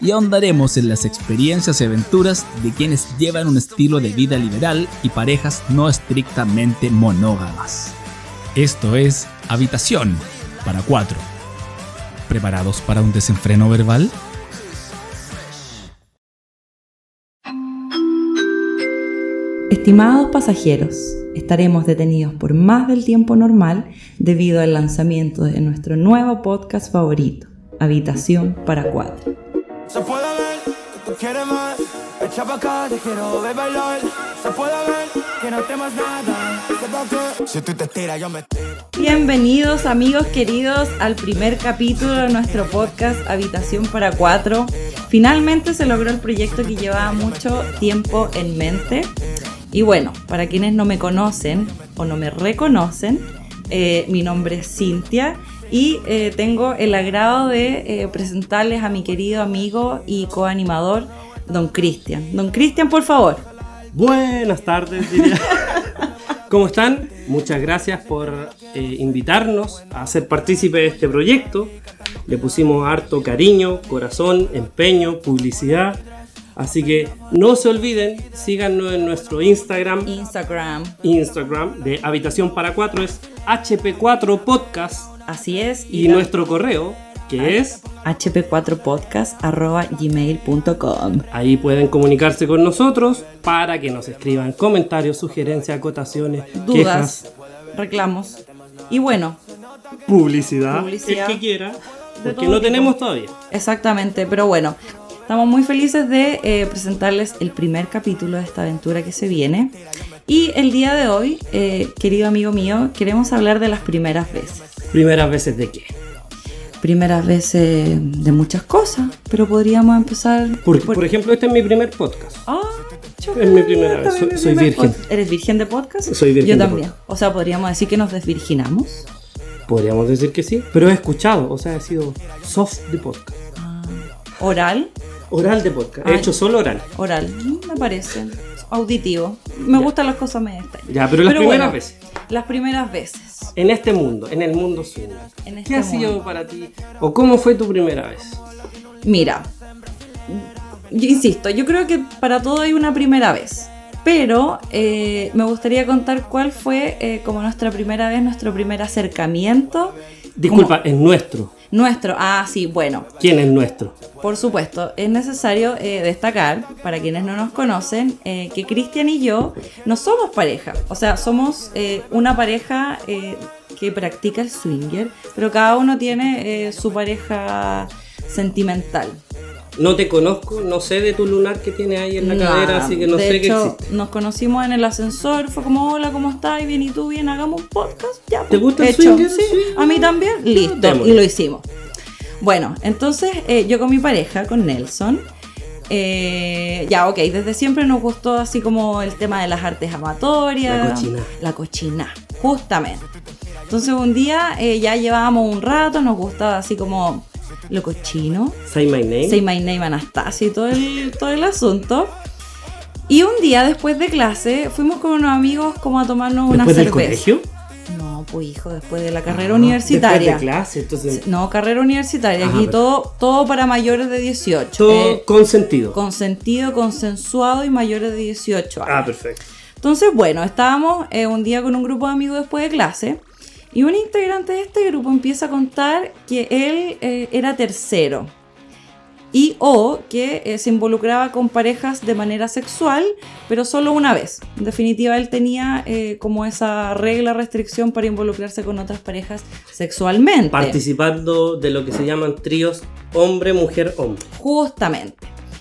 y ahondaremos en las experiencias y aventuras de quienes llevan un estilo de vida liberal y parejas no estrictamente monógamas. Esto es Habitación para cuatro. ¿Preparados para un desenfreno verbal? Estimados pasajeros, estaremos detenidos por más del tiempo normal debido al lanzamiento de nuestro nuevo podcast favorito, Habitación para Cuatro. Se puede ver que tú quieres más. Echa pa' acá, te quiero ver bailar. Se puede ver que no temas nada. Sepa que Si tú te tiras, yo me tiro. Bienvenidos amigos queridos al primer capítulo de nuestro podcast Habitación para Cuatro. Finalmente se logró el proyecto que llevaba mucho tiempo en mente. Y bueno, para quienes no me conocen o no me reconocen, eh, mi nombre es Cintia y eh, tengo el agrado de eh, presentarles a mi querido amigo y coanimador, don Cristian. Don Cristian, por favor. Buenas tardes, diría. ¿Cómo están? Muchas gracias por eh, invitarnos a ser partícipe de este proyecto. Le pusimos harto cariño, corazón, empeño, publicidad. Así que no se olviden, síganos en nuestro Instagram, Instagram. Instagram de Habitación para 4 es HP4podcast Así es. y nuestro correo que es hp4podcast.gmail.com. Ahí pueden comunicarse con nosotros para que nos escriban comentarios, sugerencias, acotaciones, Dudas, reclamos. Y bueno, quejas, publicidad, Publicidad. el que quiera, De porque todo no tipo. tenemos todavía. Exactamente, pero bueno, estamos muy felices de eh, presentarles el primer capítulo de esta aventura que se viene. Y el día de hoy, eh, querido amigo mío, queremos hablar de las primeras veces. Primeras veces de qué? Primeras veces eh, de muchas cosas, pero podríamos empezar Por, por ejemplo, este es mi primer podcast. Ah, Es mi primera vez, también soy- soy primer virgen. pod- ¿Eres virgen de podcast? Soy virgen Yo de también. O sea, podríamos decir que nos desvirginamos. Podríamos decir que sí, pero he escuchado, o sea, he sido soft de podcast, Oral, oral de podcast, Ay. he hecho solo oral. oral, mm, me parece. Auditivo. Me gustan las cosas medias extrañas. Ya, pero las primeras bueno, veces. Las primeras veces. En este mundo, en el mundo swinger, En este ¿qué ha sido para ti o cómo fue tu primera vez? Mira, yo insisto, yo creo que para todo hay una primera vez. Pero eh, me gustaría contar cuál fue eh, como nuestra primera vez, nuestro primer acercamiento. Disculpa, es nuestro. Como Nuestro, ah, sí, bueno, ¿Quién es nuestro? Por supuesto, es necesario eh, destacar, para quienes no nos conocen, eh, que Cristian y yo no somos pareja. O sea, somos eh, una pareja eh, que practica el swinger, pero cada uno tiene eh, su pareja sentimental. No te conozco, no sé de tu lunar que tienes ahí en la Nada, cadera, así que no de sé hecho, que existe. Nos conocimos en el ascensor, fue como, hola, ¿cómo estás? Bien, ¿y tú? Bien, hagamos un podcast. Ya, ¿Te gusta el hecho. swinger? Sí, Sí. a mí también. Listo, démosle. y lo hicimos. Bueno, entonces eh, yo con mi pareja, con Nelson, eh, ya, ok, desde siempre nos gustó así como el tema de las artes amatorias. La cochina. La cochina, justamente. Entonces un día eh, ya llevábamos un rato, nos gustaba así como lo cochino. Say my name. Say My Name Anastasia y todo el, todo el asunto. Y un día después de clase fuimos con unos amigos como a tomarnos una Después del cerveza. colegio. no, pues hijo, después de la carrera Ah, universitaria. Después de clase, entonces. no, carrera universitaria. Ah, Aquí perfecto. todo, todo para mayores de 18. Todo eh, consentido. consentido, consensuado y mayores de 18 años. Ah, perfecto. Entonces, bueno, estábamos eh, un día con un grupo de amigos después de clase y un integrante de este grupo empieza a contar que él eh, era tercero. y o que eh, se involucraba con parejas de manera sexual, pero solo una vez. En definitiva, él tenía eh, como esa regla, restricción para involucrarse con otras parejas sexualmente. Participando de lo que se llaman tríos hombre, mujer, hombre. Justamente.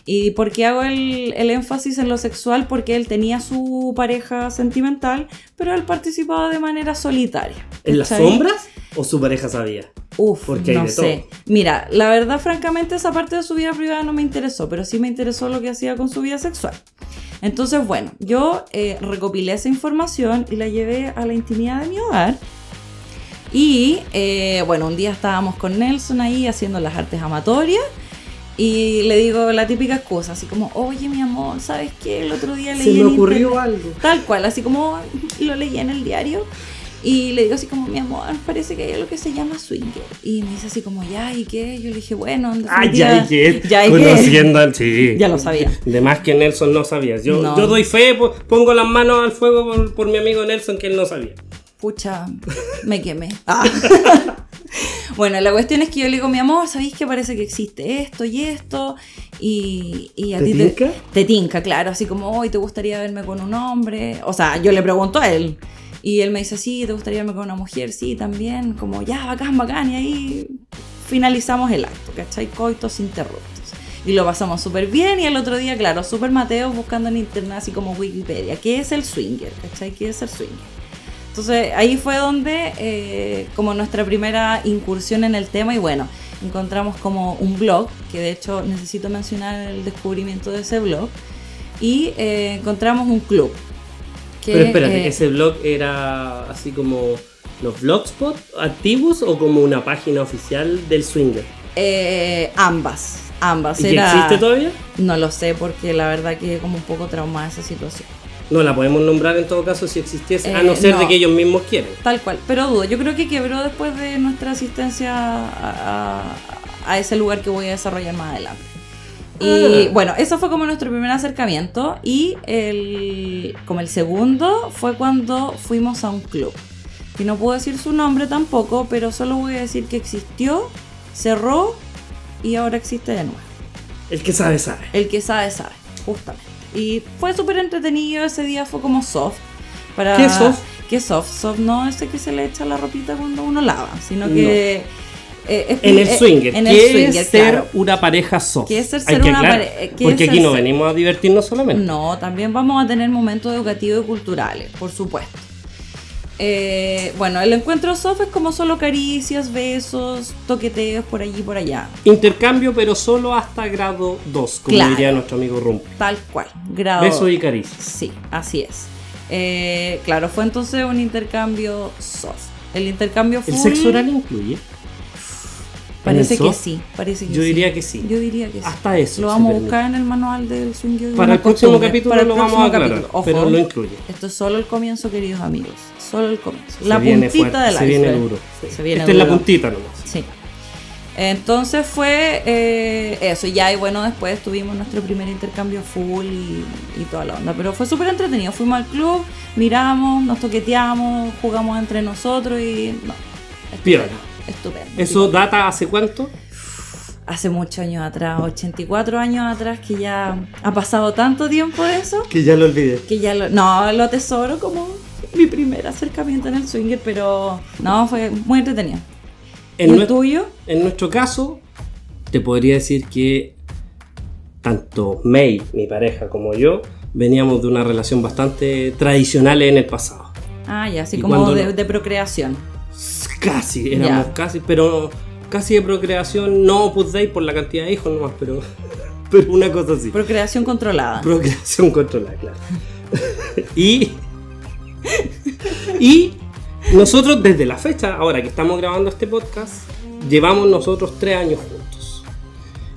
¿Y por qué hago el, el énfasis en lo sexual? Porque él tenía su pareja sentimental, pero él participaba de manera solitaria. ¿En las ¿cachai? sombras o su pareja sabía? Uf, Porque hay no de sé. Mira, la verdad, francamente, esa parte de su vida privada no me interesó, pero sí me interesó lo que hacía con su vida sexual. Entonces, bueno, yo eh, recopilé esa información y la llevé a la intimidad de mi hogar. Y eh, bueno, un día estábamos con Nelson ahí haciendo las artes amatorias. Y le digo la típica cosa, así como, oye mi amor, ¿sabes qué? El otro día leí Se me en ocurrió internet". algo. Tal cual, así como lo leí en el diario. Y le digo así como, mi amor, parece que hay algo que se llama swinger. Y me dice así como, ya, ¿y qué? Yo le dije, bueno, en Ah, definitiva, ya y qué. ya, ¿y qué?". Conociendo al. Sí. Ya lo sabía. De más que Nelson no sabía. Yo, No. yo doy fe, po- pongo las manos al fuego por, por mi amigo Nelson que él no sabía. Pucha, me quemé. Ah. bueno, la cuestión es que yo le digo, mi amor, ¿sabéis que parece que existe esto y esto? Y, y a ¿Te ti tinca? te tinca, claro. Así como, hoy te gustaría verme con un hombre. O sea, yo le pregunto a él. Y él me dice, sí, ¿te gustaría verme con una mujer? Sí, también. Como, ya, bacán, bacán. Y ahí finalizamos el acto, ¿cachai? Coitos interruptos. Y lo pasamos súper bien. Y el otro día, claro, súper Mateo buscando en internet, así como Wikipedia. ¿Qué es el swinger? ¿Cachai? ¿Qué es el swinger? Entonces ahí fue donde, eh, como nuestra primera incursión en el tema, y bueno, encontramos como un blog, que de hecho necesito mencionar el descubrimiento de ese blog, y eh, encontramos un club. que, Pero espérate, eh, ¿ese blog era así como los blogspot antiguos o como una página oficial del swinger? eh, ambas, ambas. ¿Y que Era- existe todavía? No lo sé, porque la verdad que como un poco traumada esa situación. No la podemos nombrar en todo caso si existiese, a Eh, no ser de no. que ellos mismos quieren. Tal cual, pero dudo. Yo creo que quebró después de nuestra asistencia a, a- a ese lugar que voy a desarrollar más adelante. Y Ah. bueno, eso fue como nuestro primer acercamiento. Y el, como el segundo fue cuando fuimos a un club. Y no puedo decir su nombre tampoco, pero solo voy a decir que existió, cerró y ahora existe de nuevo. El que sabe, sabe. El que sabe, sabe, justamente. Y fue súper entretenido, ese día fue como soft. Para... ¿Qué es soft? ¿Qué es soft? Soft no es el que se le echa la ropita cuando uno lava, sino que... eh, es- En el eh, swinger. En el ¿Quiere swinger, ser claro. una pareja soft? ¿Quiere ser Hay ser que una aclarar, pare- eh, ¿quiere Porque ser aquí no ser- venimos a divertirnos solamente. No, también vamos a tener momentos educativos y culturales, por supuesto. Eh, bueno, el encuentro soft es como solo caricias, besos, toqueteos por allí y por allá. Intercambio, pero solo hasta grado 2, como Claro. diría nuestro amigo Rump. Tal cual, grado. Besos y caricias. Sí, así es. Eh, claro, fue entonces un intercambio soft. El intercambio fue. ¿El sexo oral incluye? Parece ¿En el que soft? sí, parece que Yo sí. diría que sí. Yo diría que sí. Hasta eso Lo se vamos a permite. buscar en el manual del swing yoga y Para una el próximo costumbre. capítulo Para el lo vamos próximo a aclarar, capítulo. Ojo, pero lo incluye. Esto es solo el comienzo, queridos amigos. Solo el comienzo. Se la viene puntita fuerte, del Se viene iceberg. duro. sí. Se viene Esta es la duro. puntita nomás. Sí. Entonces fue eh, eso, ya y bueno, después tuvimos nuestro primer intercambio full y, y toda la onda, pero fue súper entretenido, fuimos al club, miramos, nos toqueteamos, jugamos entre nosotros y... No, Piola. estupendo. estupendo. ¿Eso data hace cuánto? Hace muchos años atrás, 84 años atrás, que ya ha pasado tanto tiempo de eso, Que ya lo olvidé. que ya lo, no, lo atesoro como mi primer acercamiento en el swinger, pero no, fue muy entretenido. ¿Y En, ¿El nue- tuyo? en nuestro caso, te podría decir que tanto May, mi pareja, como yo, veníamos de una relación bastante tradicional en el pasado. Ah, ya, así ¿Y como cuándo de, no? de procreación. Casi, éramos Ya. casi, pero casi de procreación, no Opus Dei por la cantidad de hijos nomás, pero, pero una cosa así. Procreación controlada. Procreación controlada, claro. y. Y nosotros, desde la fecha, ahora que estamos grabando este podcast, llevamos nosotros tres años juntos.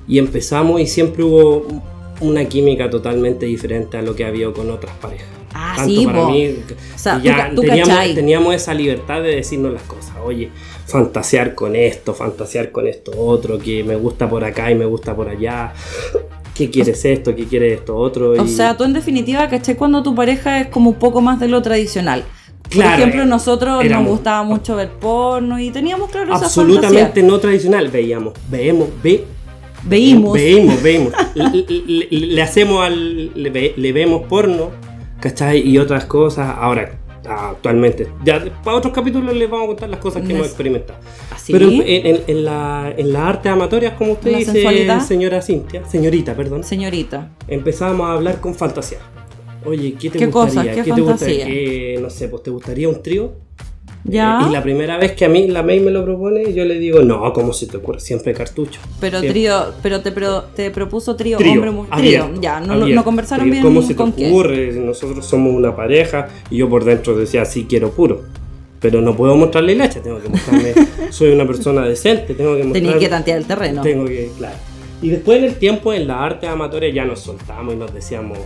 Y empezamos y siempre hubo una química totalmente diferente a lo que ha habido con otras parejas. Ah, Tanto sí, para po. mí. O sea, tú ya ca- tú teníamos, cachai. teníamos esa libertad de decirnos las cosas. Oye, fantasear con esto, fantasear con esto otro, que me gusta por acá y me gusta por allá. ¿Qué quieres esto? ¿Qué quieres esto otro? o y- sea, tú en definitiva, caché cuando tu pareja es como un poco más de lo tradicional. Claro, Por ejemplo, eh, nosotros éramos- nos gustaba mucho ver porno y teníamos claro esa absolutamente fantasía. no tradicional. Veíamos, veemos, ve, Veímos. Veímos, veímos. le, le- le hacemos al. Le, ve- le vemos porno, ¿cachai? Y otras cosas. Ahora, actualmente. Ya para otros capítulos les vamos a contar las cosas que No hemos es- experimentado. Así. Pero eh, en, en- en la, en las artes amatorias, como usted ¿En la dice, sensualidad? señora Cintia, señorita, perdón, Señorita. empezamos a hablar con fantasía. Oye, ¿qué te ¿Qué gustaría? cosas? ¿Qué te gustaría? fantasía? ¿Qué, no sé, pues te gustaría un trío. ¿Ya? Eh, y la primera vez que a mí la May me lo propone, yo le digo, no, ¿cómo se te ocurre? Siempre cartucho. Pero Siempre. trío, pero te, pro- te propuso trío, Trío, hombre, mujer. abierto, Trío, ya, no, abierto. no conversaron Oye, bien ¿Cómo se te con qué. ocurre? Nosotros somos una pareja y yo por dentro decía, sí quiero puro. Pero no puedo mostrarle la hacha, tengo que mostrarme. soy una persona decente, tengo que mostrar. Tenía que tantear el terreno. Tengo que, claro. Y después en el tiempo, en las artes amatorias, ya nos soltamos y nos decíamos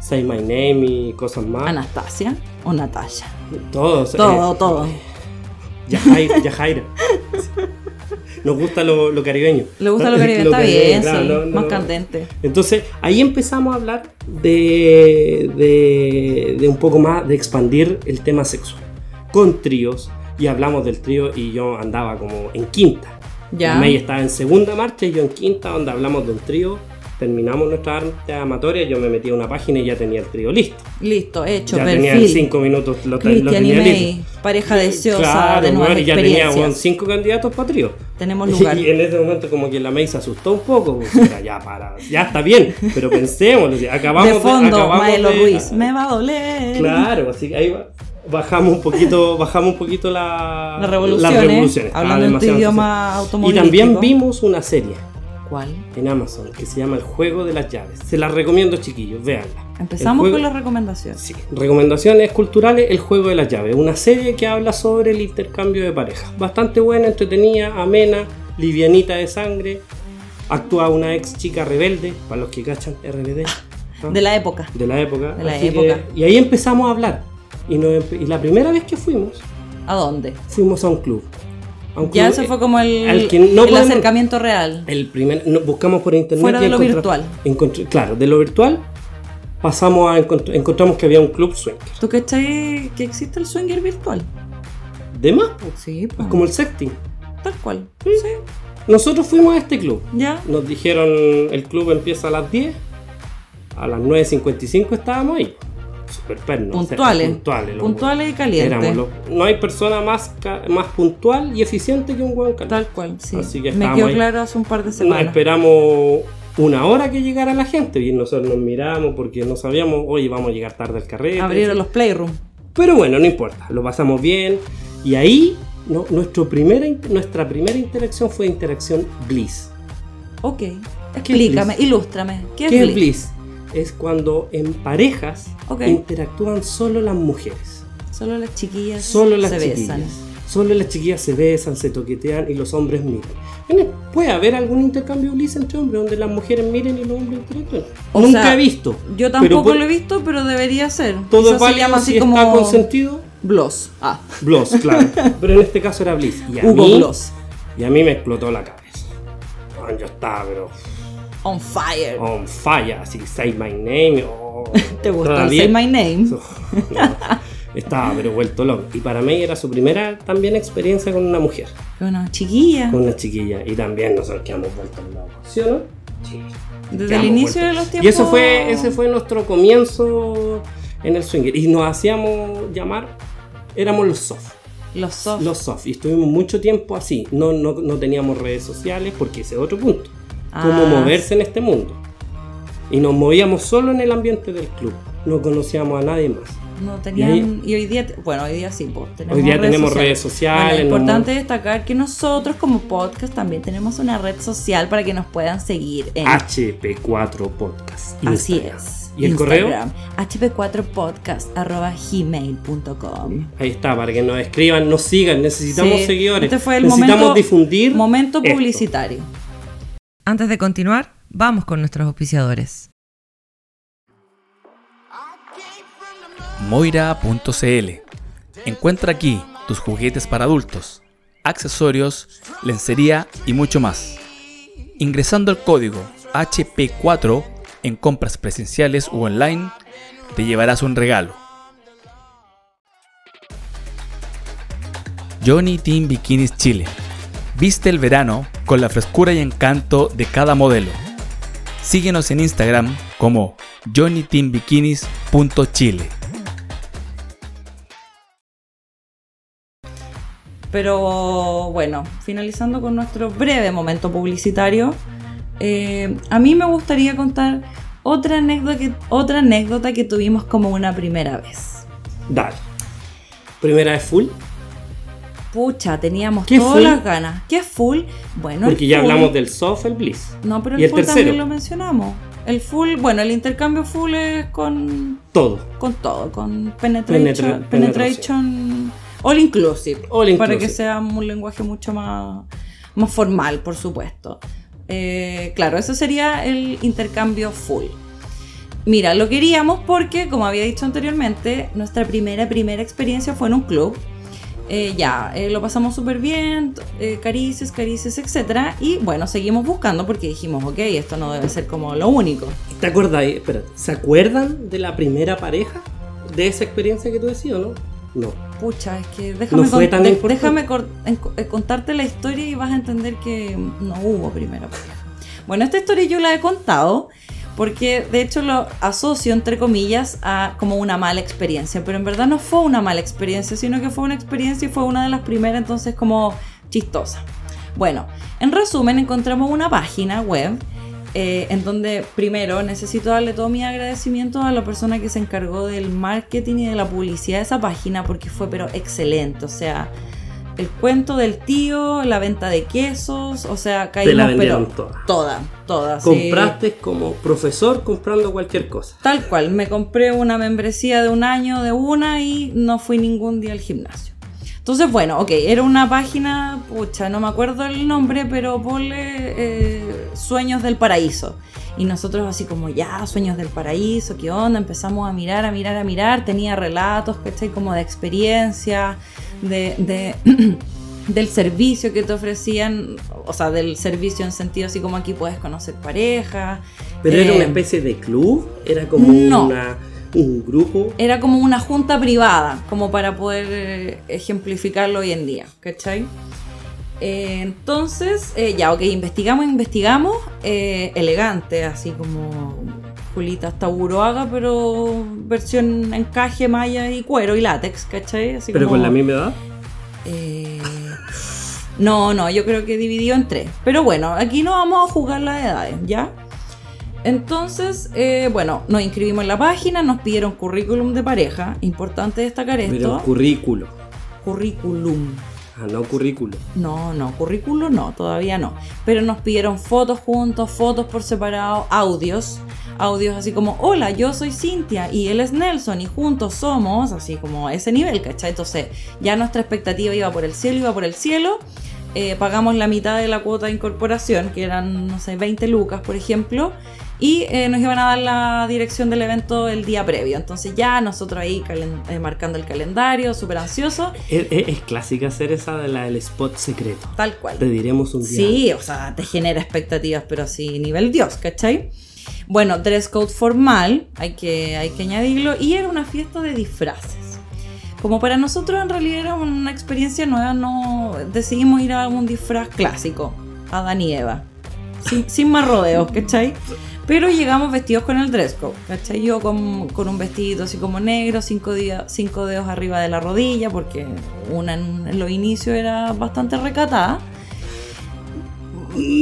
Say My Name y cosas más. Anastasia o Natalia. Todos. Todo, eh, todo. Yajaira. Yajaira. Nos gusta lo, lo caribeño. Le gusta Eh, lo que está caribeño, bien, claro, sí. no- no- más no. candente. Entonces, ahí empezamos a hablar de, de, de un poco más, de expandir el tema sexual. Con tríos, y hablamos del trío y yo andaba como en quinta. Ya. La May estaba en segunda marcha y yo en quinta, donde hablamos de un trío. Terminamos nuestra arte amatoria, yo me metí a una página y ya tenía el trío listo. Listo, hecho, ya tenía en perfil. cinco minutos lo, te- lo Cristian y tenía May, listo. pareja deseosa de nuevas bueno, y ya tenía experiencias. bueno, cinco candidatos para trío. Tenemos lugar. Y en ese momento como que la May se asustó un poco, pues, era, ya para, ya está bien, pero pensemos, acabamos de fondo, acabamos Maelo de- Ruiz, me va a doler. Claro, así que ahí va- bajamos un poquito, bajamos un poquito la, Las revoluciones, Estaba hablando en tu demasiado idioma entusiasmado. automovilístico. Y también vimos una serie ¿Cuál? en Amazon que se llama El Juego de las Llaves. Se la recomiendo, chiquillos, véanla. Empezamos El juego- con las recomendaciones. Sí, recomendaciones culturales, El Juego de las Llaves, una serie que habla sobre el intercambio de parejas. Bastante buena, entretenida, amena, livianita de sangre. Actúa una ex chica rebelde, para los que cachan, RBD. ¿ah? De la época. de la época. De la así época. que- y ahí empezamos a hablar. Y, nos empe- y la primera vez que fuimos, ¿A dónde? fuimos a un club. A un Ya club, eso eh, fue como el, al que no el podemos- acercamiento real. el primer, no, buscamos por internet. Fuera y de lo encontra- virtual. encontré- claro, de lo virtual pasamos a encont- encontramos que había un club swinger. ¿Tú cachai que existe el swinger virtual? De más, pues, Sí, pues, es como el sexting. tal cual. Sí, Nosotros fuimos a este club. ya. Nos dijeron el club empieza a las 10. A las 9.55 estábamos ahí. Super pernos, o sea, Puntuales. puntuales. los- Puntuales y calientes. éramos los- no hay persona más, ca- más puntual y eficiente que un hueón caliente. Tal cual, sí. Así Me que estábamos quedó ahí. claro hace un par de Nos semanas. esperamos una hora que llegara la gente y nosotros nos miramos porque no sabíamos, oye, vamos a llegar tarde al carrete. Abrieron los playrooms. Pero bueno, no importa, lo pasamos bien. Y ahí no, nuestro primera, in- nuestra primera interacción fue interacción bliss. Ok. Explícame, ilústrame. ¿Qué, ¿Qué es es Blitz? bliss? Es cuando en parejas Ok. interactúan solo las mujeres. Solo las chiquillas Solo las se chiquillas. besan. Solo las chiquillas se besan, se toquetean y los hombres miran. Bueno, Puede haber algún intercambio bliss entre hombres donde las mujeres miren y los hombres interactúen. O Nunca sea, he visto. Yo pero tampoco por- lo he visto, pero debería ser. Todo Quizás es válido si está consentido. Bloss. Ah, Bloss, claro. pero en este caso era bliss. Y a, Hugo mí, Bloss. y a mí me explotó la cabeza. Bueno, yo estaba, pero On fire. on fire, así, say my name. oh, ¿Te gusta el todavía- Say My Name? No, estaba, pero vuelto loco. Y para mí era su primera también experiencia con una mujer. Bueno, chiquilla. con una chiquilla y también nosotros quedamos vueltos locos. ¿Sí o no? Sí. Desde el Quedamos inicio de vueltos. los tiempos. Y eso fue, ese fue nuestro comienzo en el swinger. Y nos hacíamos llamar, éramos los soft. Los soft. Los soft. Y estuvimos mucho tiempo así. No, no, no teníamos redes sociales porque ese es otro punto. Cómo Ah. moverse en este mundo. Y nos movíamos solo en el ambiente del club. No conocíamos a nadie más. No Y tenían. ahí- Y, hoy día, te- bueno, hoy día sí, pues, tenemos Hoy día redes tenemos sociales. redes sociales. Bueno, nos importante destacar que nosotros como podcast también tenemos una red social para que nos puedan seguir en HP4 Podcast. Así Instagram. es. ¿Y el correo? Instagram, hp4podcast@gmail.com. Ahí está, para que nos escriban, nos sigan, necesitamos Sí, seguidores. Este fue el necesitamos momento, difundir. momento esto. publicitario. Antes de continuar, vamos con nuestros auspiciadores. Moira.cl. Encuentra aquí tus juguetes para adultos, accesorios, lencería y mucho más. Ingresando el código HP4 en compras presenciales u online, te llevarás un regalo. Johnny Team Bikinis Chile. Viste el verano con la frescura y encanto de cada modelo. Síguenos en Instagram como johnnyteambikinis.chile. Pero bueno, finalizando con nuestro breve momento publicitario, eh, a mí me gustaría contar otra anécdota, que, otra anécdota que tuvimos como una primera vez. Dale. Primera vez full. Pucha, teníamos ¿Qué todas full? las ganas. ¿Qué full? Bueno, el Porque ya full- hablamos del soft, el bliss. No, pero y el el full también tercero. lo mencionamos. El full, bueno, el intercambio full es con, Todo. con todo, con penetration, Penetra- penetration all inclusive, All para inclusive. que sea un lenguaje mucho más, más formal, por supuesto. Eh, claro, eso sería el intercambio full. Mira, lo queríamos porque, como había dicho anteriormente, nuestra primera, primera experiencia fue en un club. Eh, ya, eh, lo pasamos súper bien, t- eh, caricias, caricias, etc. Y bueno, seguimos buscando porque dijimos, ok, esto no debe ser como lo único. ¿Te acordáis? Espérate. ¿Se acuerdan de la primera pareja? ¿De esa experiencia que tú decías o no? No. Pucha, es que déjame, No fue cont- tan de- importante. déjame cor- en- eh, contarte la historia y vas a entender que no hubo primera pareja. Bueno, esta historia yo la he contado porque de hecho lo asocio, entre comillas, a como una mala experiencia, pero en verdad no fue una mala experiencia, sino que fue una experiencia y fue una de las primeras, entonces como chistosa. Bueno, en resumen, encontramos una página web eh, en donde primero necesito darle todo mi agradecimiento a la persona que se encargó del marketing y de la publicidad de esa página porque fue pero excelente, o sea, el cuento del tío, la venta de quesos, o sea, Te la caímos vendieron pero toda. toda, toda, sí. Compraste como profesor comprando cualquier cosa. Tal cual, me compré una membresía de un año de una y no fui ningún día al gimnasio. Entonces, bueno, ok, era una página, pucha, no me acuerdo el nombre, pero ponle eh, Sueños del Paraíso. Y nosotros así como, ya, Sueños del Paraíso, ¿qué onda? Empezamos a mirar, a mirar, a mirar. Tenía relatos, ¿cachai? Como de experiencia, de- de del servicio que te ofrecían, o sea, del servicio en sentido así como aquí puedes conocer pareja. Pero era eh, una especie de club, era como no. Este una- un grupo. era como una junta privada, como para poder eh, ejemplificarlo hoy en día, ¿cachai? Eh, entonces, eh, ya, ok, investigamos, investigamos, eh, elegante, así como Julita hasta Buroaga, pero versión encaje, malla y cuero y látex, ¿cachai? Así Pero como- con la misma edad. eh, no, no, yo creo que dividido en tres. Pero bueno, aquí no vamos a jugar las edades, ¿ya? Entonces, eh, bueno, nos inscribimos en la página, nos pidieron currículum de pareja. Importante destacar Pero esto. currículo. currículum. Ah, no currículo. No, no, currículum no, todavía no. Pero nos pidieron fotos juntos, fotos por separado, audios. Audios así como, hola, yo soy Cintia y él es Nelson y juntos somos, así como a ese nivel, ¿cachai? Entonces ya nuestra expectativa iba por el cielo, iba por el cielo. Eh, pagamos la mitad de la cuota de incorporación, que eran, no sé, 20 lucas, por ejemplo. Y eh, nos iban a dar la dirección del evento el día previo. Entonces ya nosotros ahí calen- eh, marcando el calendario, súper ansioso, Es, es- es clásica hacer esa de la del spot secreto. tal cual. Te diremos un día. Sí, o sea, te genera expectativas, pero así nivel Dios, ¿cachai? Bueno, dress code formal, hay que, hay que añadirlo, y era una fiesta de disfraces. Como para nosotros en realidad era una experiencia nueva, no decidimos ir a un disfraz clásico, Adán y Eva. Sin, sin más rodeos, ¿cachai? Pero llegamos vestidos con el dress code, ¿cachai? Yo con, con un vestidito así como negro, cinco, dia- cinco dedos arriba de la rodilla, porque una en, en los inicios era bastante recatada.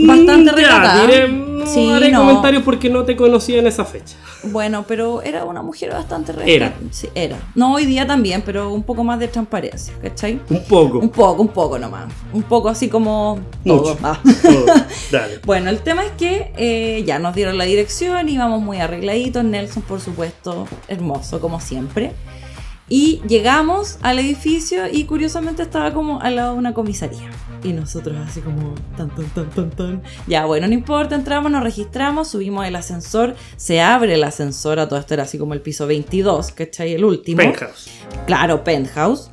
Bastante Mm, Ya, recatada. diré, no Sí, haré no. comentarios porque no te conocía en esa fecha. Bueno, pero era una mujer bastante recta. Era. Sí, era. No hoy día también, pero un poco más de transparencia, ¿cachai? Un poco. Un poco, un poco nomás. Un poco así como todo. Mucho. Ah. Todo. Dale. Bueno, el tema es que eh, ya nos dieron la dirección, íbamos muy arregladitos. Nelson, por supuesto, hermoso como siempre. Y llegamos al edificio y curiosamente estaba como al lado de una comisaría. Y nosotros así como tan tan tan tan tan. Ya, bueno, no importa, entramos, nos registramos, subimos el ascensor, se abre el ascensor, a todo esto era así como el piso 22, ¿cachai? El último. Penthouse. Claro, penthouse.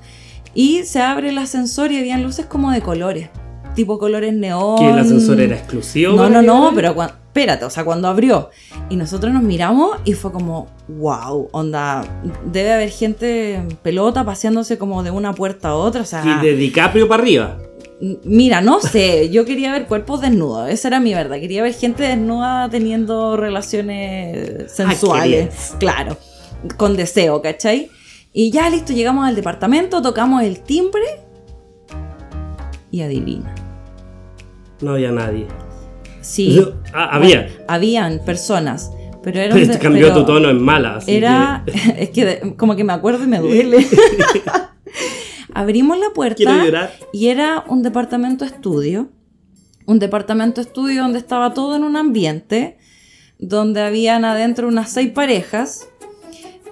Y se abre el ascensor y habían luces como de colores, tipo colores neón. Que el ascensor era exclusivo. No, para no, no, llegar. pero cuan- espérate, o sea, cuando abrió y nosotros nos miramos y fue como, wow, onda, debe haber gente en pelota paseándose como de una puerta a otra, o sea, Y de DiCaprio para arriba. Mira, no sé, yo quería ver cuerpos desnudos, esa era mi verdad. Quería ver gente desnuda teniendo relaciones sensuales, claro, con deseo, ¿cachai? Y ya listo, llegamos al departamento, tocamos el timbre y adivina. No había nadie. Sí, Yo- ah, había. bueno, habían personas, pero era un Pero de- cambió pero tu tono en mala. así Era, que- es que de- como que me acuerdo y me duele. Abrimos la puerta Quiero llorar. y era un departamento estudio. Un departamento estudio donde estaba todo en un ambiente, donde habían adentro unas seis parejas,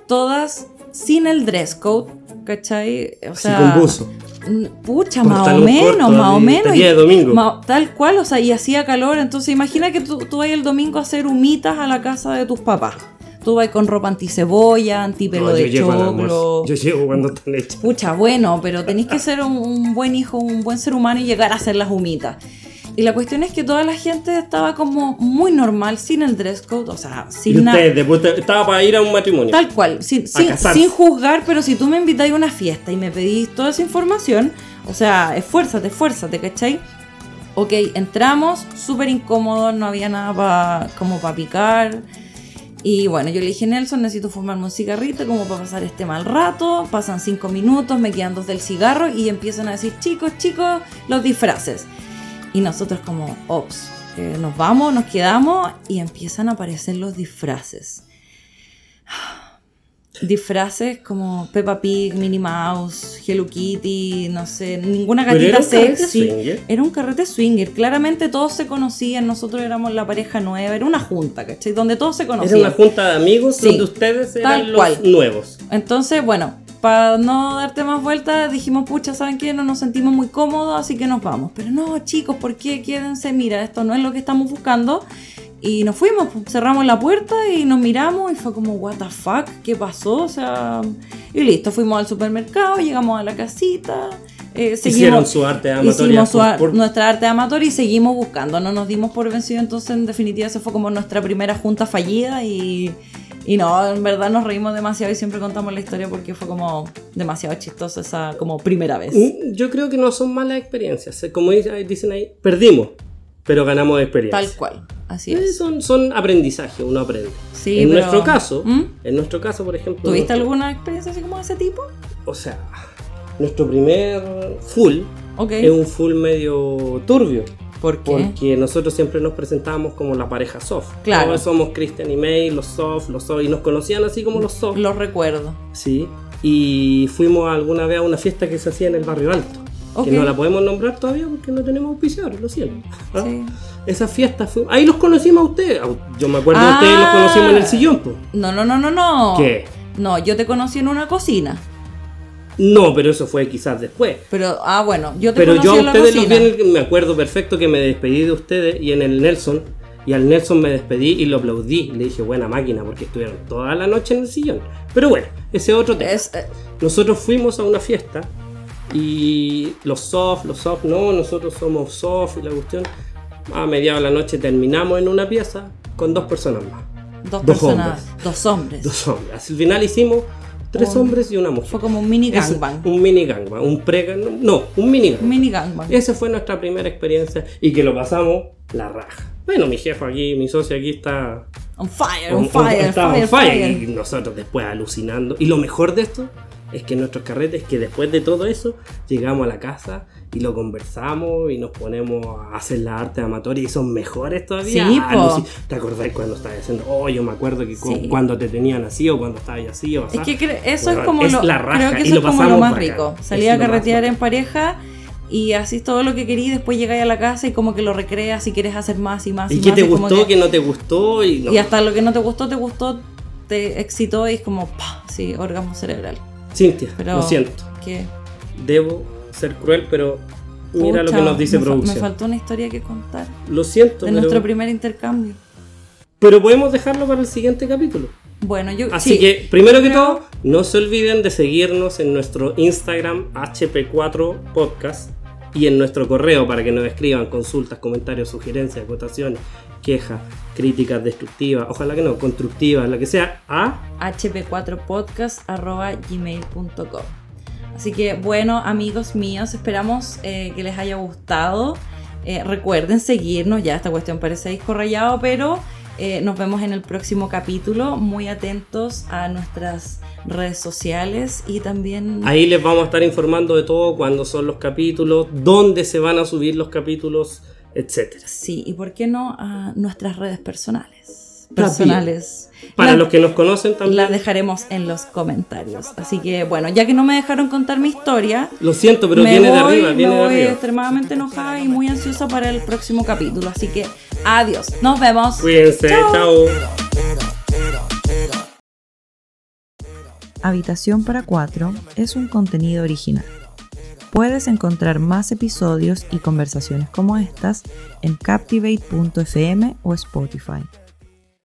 todas sin el dress code, ¿cachai? O así con buzo. N- Pucha, Con más o talón corto, menos, más o de- menos. de día de domingo. ma- tal cual, o sea, y hacía calor. Entonces, imagina que tú, tú vas el domingo a hacer humitas a la casa de tus papás. Tú vas con ropa anticebolla, antipelo No, yo de llego al almuerzo. choclo. Yo llego cuando están hechas. Pucha, bueno, pero tenés que ser un, un buen hijo, un buen ser humano y llegar a hacer las humitas. Y la cuestión es que toda la gente estaba como muy normal, sin el dress code, o sea, Y sin nada. ustedes, de puta- estaba para ir a un matrimonio. Tal cual, sin, A sin, casarse. sin juzgar, pero si tú me invitáis a una fiesta y me pedís toda esa información, o sea, esfuérzate, esfuérzate, ¿cachai? Ok, entramos, súper incómodo, no había nada pa- como para picar. Y bueno, yo le dije, Nelson, necesito fumarme un cigarrito como para pasar este mal rato. Pasan cinco minutos, me quedan dos del cigarro y empiezan a decir, chicos, chicos, los disfraces. Y nosotros como, ops, eh, nos vamos, nos quedamos y empiezan a aparecer los disfraces disfraces como Peppa Pig, Minnie Mouse, Hello Kitty, no sé, ninguna Pero gatita era un carrete sexy. swinger. Era un carrete swinger. Claramente todos se conocían, nosotros éramos la pareja nueva, era una junta, ¿cachai? Donde todos se Era conocían. una junta de amigos Sí. donde ustedes eran Tal los cual. nuevos. Entonces, bueno, para no darte más vueltas, dijimos, pucha, ¿saben qué? No nos sentimos muy cómodos, así que nos vamos. Pero no, chicos, ¿por qué? Quédense, mira, esto no es lo que estamos buscando. Y nos fuimos, pues, cerramos la puerta y nos miramos y fue como, what the fuck, ¿qué pasó? O sea, y listo, fuimos al supermercado, llegamos a la casita. eh, Hicieron seguimos- su arte amatoria. Hicimos su ar- por- por- nuestra arte amateur y seguimos buscando, no nos dimos por vencido, entonces en definitiva esa fue como nuestra primera junta fallida y, y no, en verdad nos reímos demasiado y siempre contamos la historia porque fue como demasiado chistosa esa como primera vez. Mm, Yo creo que no son malas experiencias. Eh, Como dice- dicen ahí, perdimos, pero ganamos experiencia. Tal cual, así Eh, es. Son, son aprendizaje, uno aprende. Sí, en pero- nuestro caso, ¿Mm? en nuestro caso, por ejemplo. ¿Tuviste nuestro- alguna experiencia así como de ese tipo? O sea, nuestro primer full Ok. es un full medio turbio. ¿Por qué? Porque nosotros siempre nos presentábamos como la pareja soft. Claro. Todos somos Christian y May, los soft, los soft, y nos conocían así como los soft. Lo recuerdo. Sí. Y fuimos alguna vez a una fiesta que se hacía en el barrio alto. Ok. Que no la podemos nombrar todavía porque no tenemos auspiciadores, lo siento. ¿Ah? Sí. Esas fiestas fuimos. Ahí los conocimos a ustedes. Au- Yo me acuerdo de Ah. ustedes, los conocimos en el sillón, po. No, no, no, no, no. ¿Qué? No, yo te conocí en una cocina. No, pero eso fue quizás después. Pero, ah, bueno, yo te Pero conocí yo a en la ustedes los vi cocina. en el- me acuerdo perfecto que me despedí de ustedes y en el Nelson. Y al Nelson me despedí y lo aplaudí. Le dije, buena máquina, porque estuvieron toda la noche en el sillón. Pero bueno, ese otro tema. Es, eh, Nosotros fuimos a una fiesta y los soft, los soft, no, nosotros somos soft y la cuestión. A mediados de la noche terminamos en una pieza con dos personas más. dos, Dos personas, dos hombres. Dos hombres. Al final hicimos tres Un- hombres y una mujer. Fue como un mini Eso, gangbang. un mini gangbang, un pre No, un mini gangbang. Mini gangbang. Esa fue nuestra primera experiencia y que lo pasamos la raja. Bueno, mi jefa aquí, mi socio aquí está On fire, un- on un- fire, estaba fire, on fire, fire. Y nosotros después alucinando. Y lo mejor de esto es que nuestros carretes, que después de todo eso, llegamos a la casa y lo conversamos y nos ponemos a hacer la arte amatoria y son mejores todavía. Sí, po. Alucin- ¿Te acordás cuando estabas haciendo? Oh, yo me acuerdo que cu- Sí. cuando te tenían así o cuando estabas así o así. Es que cre- eso es Bueno, como es lo, la raja, creo que y eso lo es como lo pasamos más bacán. rico. Es Salir a lo más carretear bacán. en pareja y así todo lo que querís, después llegáis a la casa y como que lo recreas y quieres hacer más y más y, ¿Y qué más, te es como gustó? que- ¿Qué no te gustó? Y, no- Y hasta lo que no te gustó, te gustó, te excitó y es como, ¡pah! sí, orgasmo cerebral. Cintia, Pero lo siento. Que, Debo ser cruel, pero mira lo pucha, que nos dice me fa- producción. Me faltó una historia que contar Lo siento, de pero, nuestro primer intercambio. pero podemos dejarlo para el siguiente capítulo. Bueno, yo Así sí, que, primero que creo- todo, no se olviden de seguirnos en nuestro Instagram HP4 Podcast y en nuestro correo para que nos escriban consultas, comentarios, sugerencias, votaciones, quejas, críticas destructivas, ojalá que no, constructivas, la que sea, a hp4podcast.gmail.com. Así que bueno, amigos míos, esperamos eh, que les haya gustado. Eh, recuerden seguirnos, ya esta cuestión parece disco rayado, pero eh, nos vemos en el próximo capítulo. Muy atentos a nuestras redes sociales y también... Ahí les vamos a estar informando de todo, cuándo son los capítulos, dónde se van a subir los capítulos, etcétera. Sí, y por qué no a nuestras redes personales. Personales. Para Las- los que nos conocen también. Las dejaremos en los comentarios. Así que bueno, ya que no me dejaron contar mi historia, Lo siento, pero me viene voy, de arriba, me viene de voy arriba. extremadamente enojada y muy ansiosa para el próximo capítulo. Así que adiós. Nos vemos. Cuídense, Chao. chao. Habitación para Cuatro es un contenido original. Puedes encontrar más episodios y conversaciones como estas en captivate.fm o Spotify.